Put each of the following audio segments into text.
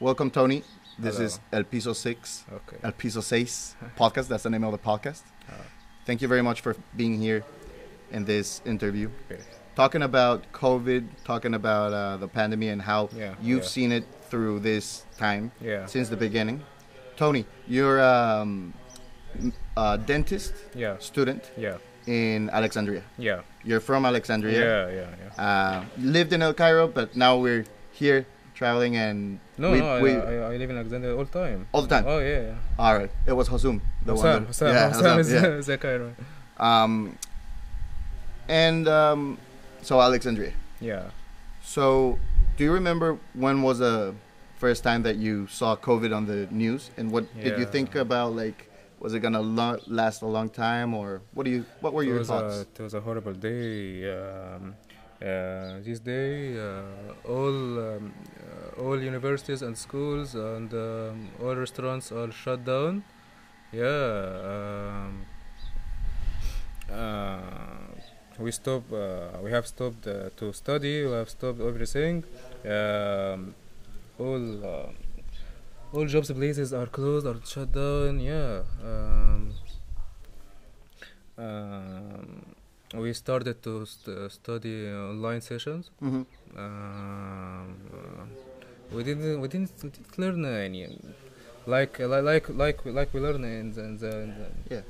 Welcome, Tony. This Hello. is El Piso Six, Okay. Uh. El Piso Seis podcast. That's the name of the podcast. Thank you very much for being here in this interview, Okay. talking about COVID, talking about uh, the pandemic, and how Yeah, you've yeah. seen it through this time Yeah. since the beginning. Tony, you're um, a dentist Yeah. student Yeah. in Alexandria. Yeah. You're from Alexandria. Yeah. Yeah. Yeah. uh, lived in El Cairo, but now we're here traveling and No, we, no, I, we- I, I live in Alexandria all time. all the time. Oh yeah, yeah. All right, it was Hosum, the Hassan, one. that- Hassan, yeah, Hassan is, Hossam, yeah. is a Cairo. Um, and um, so Alexandria. Yeah. So, do you remember when was the first time that you saw COVID on the news, and what did you Yeah. think about? Like, was it gonna lo- last a long time, or what do you? What were it your was uh, thoughts? A, it was a horrible day. Um, uh, this day, uh, all um, uh, all universities and schools and um, all restaurants are shut down. Yeah. Um, uh, we stop. Uh, we have stopped uh, to study. We have stopped everything. Um, all uh, all jobs places are closed or shut down. Yeah. Um, um, we started to st- study online sessions. hmm Um, uh, we didn't we didn't, we didn't learn any like li- like like like we learn in the, in the, in the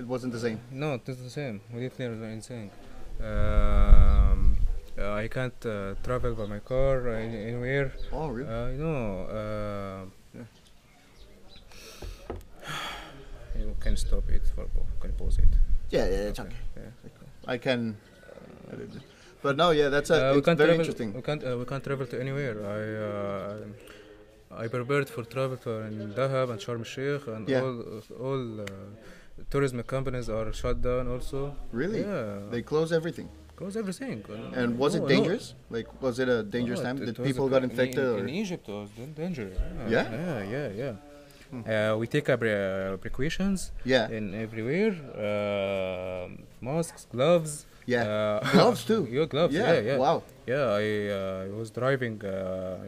It wasn't the same. no, it's the same. We didn't learn anything. Um, uh, I can't uh, travel by my car uh, any- anywhere. Oh, really? Uh, you know. Uh, Yeah. you can stop it for can pause it. yeah, yeah, it's okay. Yeah. I can. But no, yeah, that's Uh, a, we it's can't very travel, interesting. We can't, uh, we can't travel to anywhere. I, uh, I prepared for travel to uh, in Dahab and Sharm El Sheikh and Yeah. all, all uh, tourism companies are shut down also. Really? Yeah. They closed everything. close everything. And was Oh, No, it no. dangerous? Like, was it a dangerous No, time? it- Did it was people a- got in- infected? In, or? in Egypt, it was dan- dangerous. Yeah? Yeah, yeah, yeah. Uh, we take our pre- uh, precautions Yeah. in everywhere. Um masks, gloves. Yeah. Uh, Gloves too. Your gloves. Yeah, Yeah, yeah. wow. Yeah, I, uh, I was driving uh,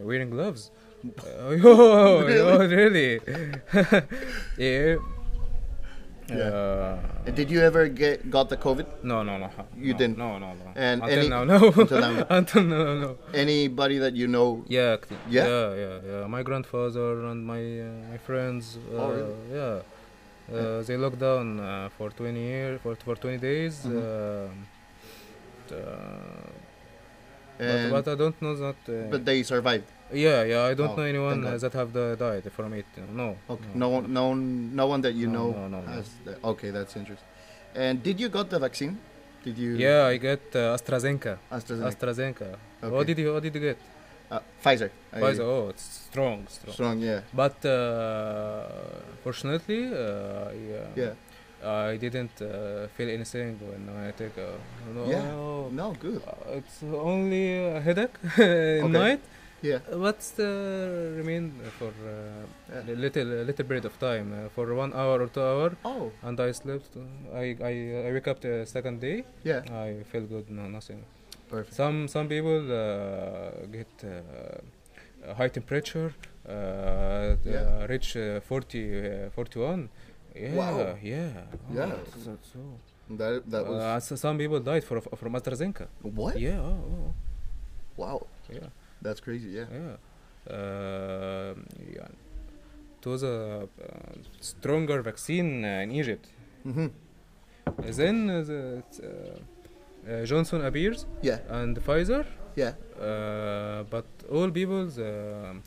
wearing gloves. Uh, yo, yo, really? yeah. Uh, And Did you ever get got the COVID? no, no, no. You no, didn't. No, no, no. And until any- now, no. until now. until now, no. Anybody that you know? Yeah, c- Yeah? yeah, yeah, yeah. My grandfather and my uh, my friends. Uh, Oh, really? Yeah, uh, they locked down uh, for 20 years for for 20 days. Mhm. um, uh, And, but, but, but I don't know that. Uh, they survived. yeah, yeah, I don't Oh, know anyone then uh, that- that have the died from it. No. Okay. No one, no, one- no one that you No, know. no, no, no. has the- okay, that's interesting. And did you got the vaccine? Did you? Yeah, I get uh, AstraZeneca. AstraZeneca. AstraZeneca. Okay. What did you What did you get? uh, Pfizer. I- Pfizer. Oh, it's strong, strong. Strong. Yeah. But uh, fortunately, uh, I, uh, Yeah. I didn't uh, feel anything when I take a no, Yeah. No. Good. uh, it's only a headache in night, Yeah. but uh, remain for uh, Yeah. a little a little period of time uh, for one hour or two hour, Oh. and I slept. I I, I wake up the second day. Yeah. I feel good, no nothing. Perfect. Some some people uh, get uh, high temperature, uh, Yeah. uh, reach uh, 40, uh, 41. Yeah, Wow. yeah, Yeah. it's- it's so- That that was Uh, so some people died from from AstraZeneca. what? Yeah, oh, oh, oh, Wow. yeah, That's crazy. Yeah. yeah. Uh, yeah. It was a uh, stronger vaccine uh, in Egypt. Mm-hmm. Then uh, the, uh, uh, Johnson appears Yeah. and Pfizer. Yeah. Uh, but all people uh,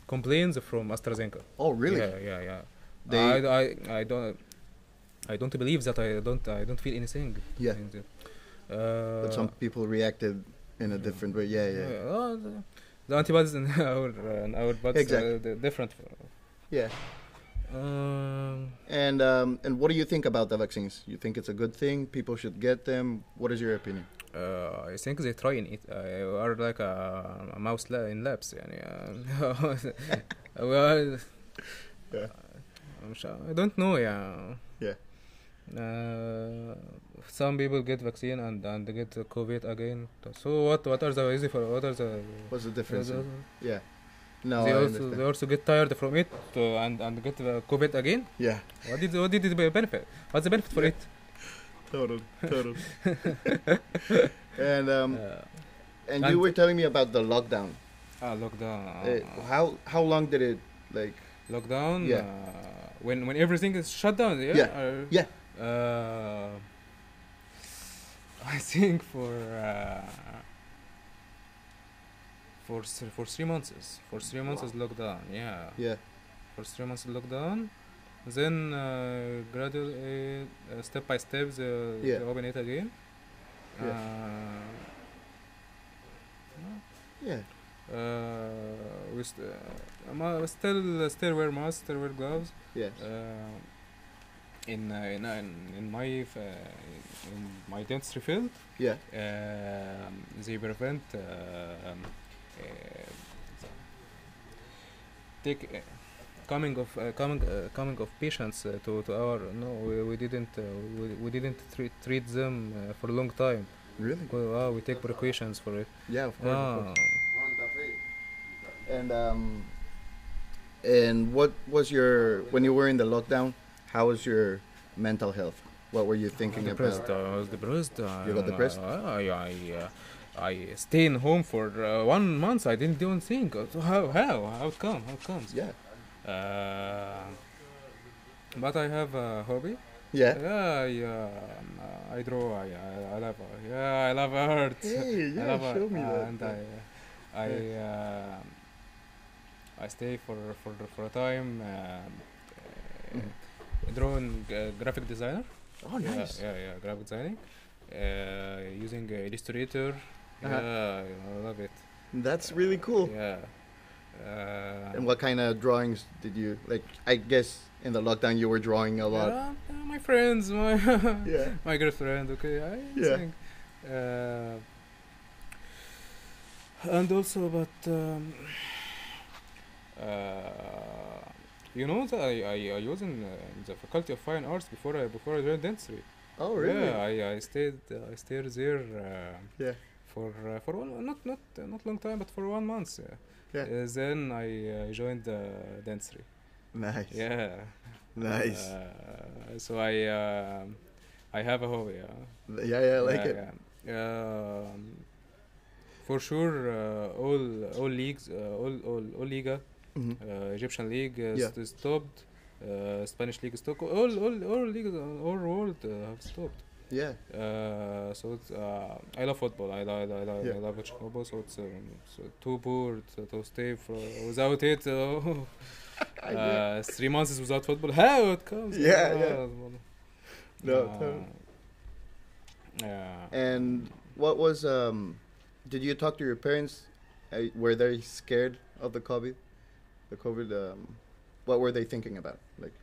complains from AstraZeneca. Oh, really? Yeah, yeah, yeah. They- I, I, I don't, I don't believe that I don't, I don't feel anything. Yeah. in the- uh, but some people reacted in a different way. Yeah, yeah, yeah. yeah, uh, the- the antibodies in our, uh, in our bodies Exactly. are di- different. Um, And um, and what do you think about the vaccines? You think it's a good thing? People should get them. What is your opinion? uh, I think they try in it. Uh, are like a, a mouse la- in labs. يعني, uh, we are- Yeah. I'm sure, I don't know. Yeah. Yeah. Uh, some people get vaccine and and they get the COVID again. So what what are the reason for what are the What's the difference? the- Yeah. No, they I also understand. they also get tired from it uh, and and get uh, COVID again. Yeah, What did what did it be- benefit? What's the benefit for it? total, total. and um, Uh, and and- you were telling me about the lockdown. ah, lockdown. Uh, uh, how how long did it like? lockdown. Yeah. Uh, when when everything is shut down. Yeah. Yeah, or- yeah. Uh, I think for uh, for th- for three months. For three months is lockdown. Yeah. Yeah, For three months lockdown. Then uh, gradually, uh, step by step, they, Yeah. they open it again. Yeah. Uh, yeah, uh, we st- uh, ma- still still wear masks, still wear gloves. yeah, Uh, in, uh, in uh, in in my f- uh, in my dentistry field, yeah. um they prevent uh, um, uh, take uh, coming of uh, coming uh, coming of patients uh, to to our no we, we didn't uh, we, we didn't treat treat them uh, for a long time. Really? Well, uh, we take precautions for it. Yeah, of course. of course. Ah. And um, and what was your when you were in the lockdown? How was your mental health? What were you thinking depressed. about? I was depressed. Uh, You got depressed? I I, uh, I stay in home for uh, one month. I didn't do anything. Uh, How how how it come? How it comes? Yeah, Uh, but I have a hobby. yeah. Yeah, yeah. um, uh, I draw. I I, I love. art. Yeah, I love art. Hey, I yeah, love show art. me that. And I, uh, I, um I stay for for for a time. Um, Mhm. uh, drawing uh, graphic designer. oh, nice. Yeah, yeah, yeah graphic designing. Uh, using uh, Illustrator. Uh-huh. Yeah, I love it. That's Uh, really cool. Yeah. Uh, And what kind of drawings did you like? I guess in the lockdown you were drawing a lot. Yeah, yeah, my friends, my Yeah. my girlfriend. Okay, I Yeah. think. Uh, and also, but um, uh, you know that I, I, I was in, uh, in the faculty of fine arts before I before I joined dentistry. Oh, really? Yeah, I, I stayed I stayed there. Uh, Yeah. For uh, for one not not not long time, but for one month. Yeah. Yeah. Uh, then I uh, joined uh, dentistry. Nice. Yeah. Nice. Uh, so I um I have a hobby. Yeah. yeah, yeah, I like Yeah, it. yeah. Um, for sure, uh, all all leagues, uh, all all all Liga, Mhm. uh, Egyptian league uh, Yeah. st- stopped. Uh, Spanish league stopped. All all all leagues, uh, all world uh, have stopped. Yeah. Uh, so it's, uh, I love football. I, I, I, I, Yeah. I love watching football. So it's um, so too poor to, to stay for, without it. Uh, I know. uh, three months is without football. How it comes? Yeah, yeah. Ah, well, No, uh, totally. yeah. And what was um? Did you talk to your parents? Uh, were they scared of the COVID? The COVID. Um, what were they thinking about? Like,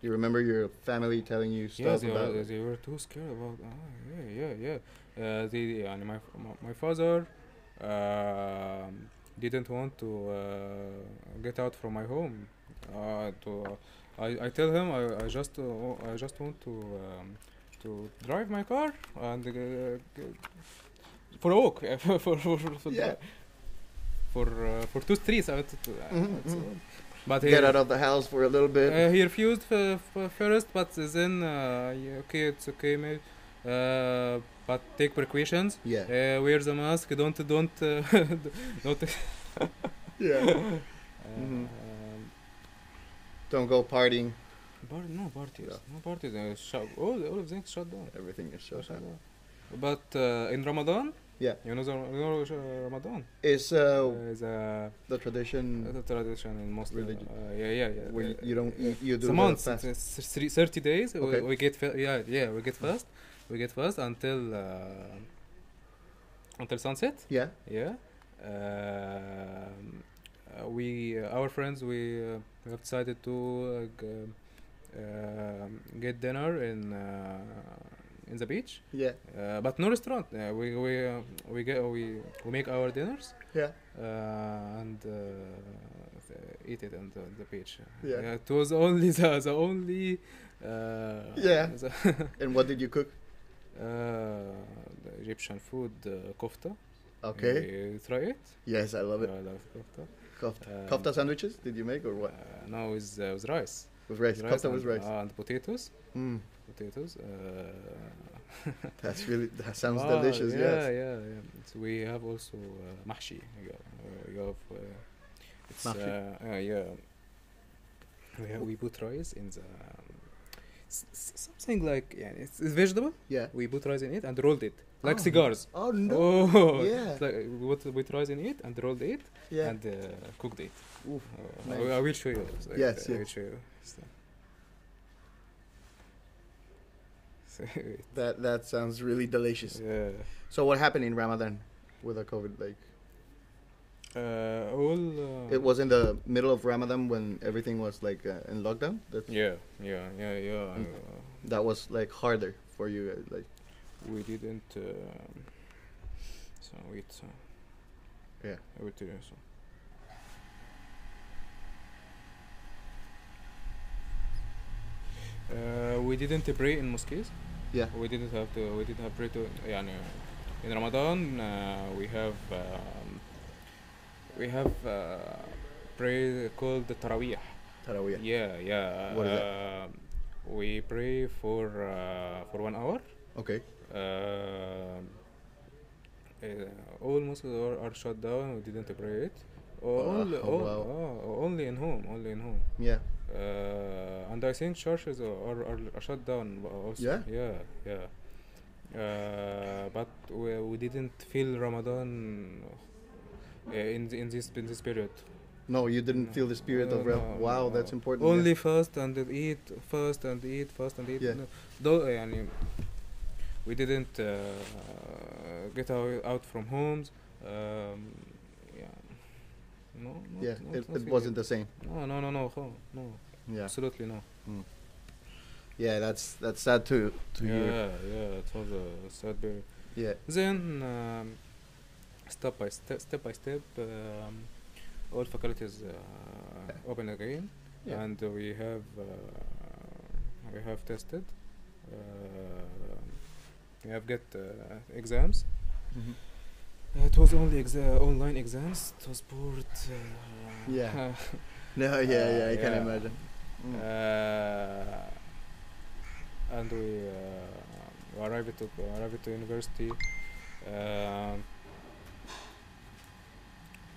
do you remember your family telling you yeah, stuff they about? were, they were too scared about. Ah, yeah, yeah, yeah. Uh, they, and my, my, my father um didn't want to uh, get out from my home. Uh, to, I, I tell him I, I just uh, wa- I just want to um, to drive my car and uh, g- for a walk for for for, for, Yeah. for, uh, for two streets. I want to, uh, Mhm, it's, uh, mhm. But Get he- out of the house for a little bit. uh, he refused f- f- first, but then uh, yeah, okay, it's okay, maybe. Uh, but take precautions. yeah. Uh, wear the mask. Don't don't uh, don't. Yeah. Mm-hmm. Um, Don't go partying. bar, no parties, no parties. Uh, shut, all all of things shut down. Everything is shut Shut down. down. But uh, in Ramadan, Yeah. you know the you know, uh, Ramadan Is uh, uh, is a, the tradition a tradition in Muslim. Mm. Religion. Uh, yeah, yeah, yeah. where you, Uh, you don't eat? You do it's a month, the fast. it's, it's three- 30 days. Okay. We, we get fa- yeah, yeah, we get fast, we get fast until uh, until sunset. Yeah. Yeah, Um, uh, we uh, our friends we uh, we have decided to uh, g- um, get dinner in uh, in the beach, Yeah. uh, but no restaurant. Uh, we we uh, we get we we make our dinners Yeah. uh, and uh, th- eat it on the, the beach. Uh, Yeah. it was only the, the only. Uh, Yeah. The, And what did you cook? uh, the Egyptian food uh, kofta. Okay. You try it. Yes, I love it. I love kofta. Kofta, Um, kofta sandwiches? Did you make or what? Uh, no, with, uh, with rice. With rice. rice Kofta with and- rice. ah, and potatoes. Mm, Potatoes. Uh, that's really that sounds ah, delicious. Yeah, yes. yeah, yeah. So we have also uh, mahshi. We got- uh, we have, uh, it's, Mahshi. Uh, uh, yeah. We, have, we put rice in the um, s- s- something like yeah, it's, it's vegetable. Yeah. We put rice in it and rolled it like Oh. cigars. Oh no. Oh, Yeah. it's like we put, we put rice in it and rolled it yeah. and uh, cooked it. Oof, Uh, nice. I, will- I will show you. So Yes, I, yes. will show you. So. So, That that sounds really delicious. yeah. So what happened in Ramadan with the COVID? Like Uh, all. Uh, it was in the middle of Ramadan when everything was like uh, in lockdown. That's, Yeah, yeah, yeah, yeah. Mm. uh, That was like harder for you guys. Like we didn't. Um, so wait. So. Yeah. I will tell you. So. Uh, we didn't pray in mosques. Yeah. We didn't have to. We didn't have pray to. Yeah. in Ramadan, uh, we have um, we have uh, pray called the Tarawih. Tarawiyah. Yeah, yeah. What is um, We pray for uh, for one hour. Okay. Um, uh, all mosques are, are shut down. We didn't pray it. O- Ah, only, oh, on- wow. ah, only in home. Only in home. Yeah. Uh, and I think churches are, are, are, are shut down b- also. Yeah? Yeah, yeah. Uh, but we, we didn't feel Ramadan uh, in the, in this in this period. No, you didn't No, feel the spirit no, of Ram. Uh, no, wow, no. that's important. yeah. Only fast and then eat, fast and eat, fast and eat. Yeah. No, though, uh, يعني we didn't uh, get out, out from homes. Um, yeah. No, not, Yeah, not, it, not it really. wasn't the same. No, no, no, no, no, no. Yeah. Absolutely no. Yeah, that's that's sad to to yeah, hear. yeah, it was a sad period. Yeah. Then, um, step by step, step by step, um, all faculties uh, open again, Yeah. and we have uh, we have tested, uh, we have get uh, exams. Mhm. Uh, It was only exa- online exams. It was bored. Uh, Yeah. No, yeah, yeah, I can yeah. imagine. Mm. uh, and we, uh, we arrived to arrived to university. Um,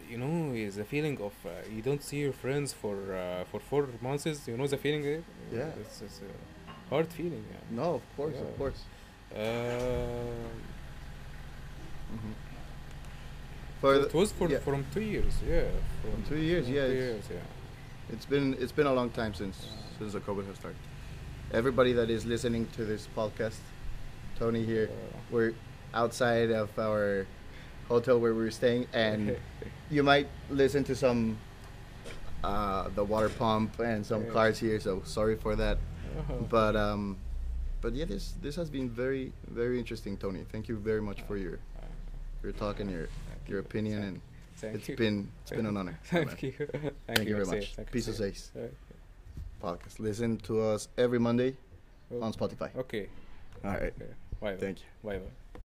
you know, is the feeling of uh, you don't see your friends for uh, for four months. You know the feeling. eh? Yeah. it's, it's a hard feeling. Yeah. Uh, no, of course, of yeah. course. Um, Mhm. so For it was for yeah. from two years. Yeah, From two years, from yeah, two it's- years, yeah. It's been it's been a long time since Yeah. since the COVID has started. Everybody that is listening to this podcast, Tony here, Uh, we're outside of our hotel where we're staying, and you might listen to some uh, the water pump and some Yeah. cars here. So sorry for that, Uh-huh. but um, but yeah, this this has been very very interesting, Tony. Thank you very much for your Uh, your talk and your thank your you. opinion, Thank- and thank it's you. been it's been an honor. Thank you. Thank, Thank you very Hussein. much. Thank you, Peace of Hussein. Ace Alright. podcast. Listen to us every Monday Oh, on Spotify. Okay. All right. Oh. okay. Bye. Thank you. Bye. Bye.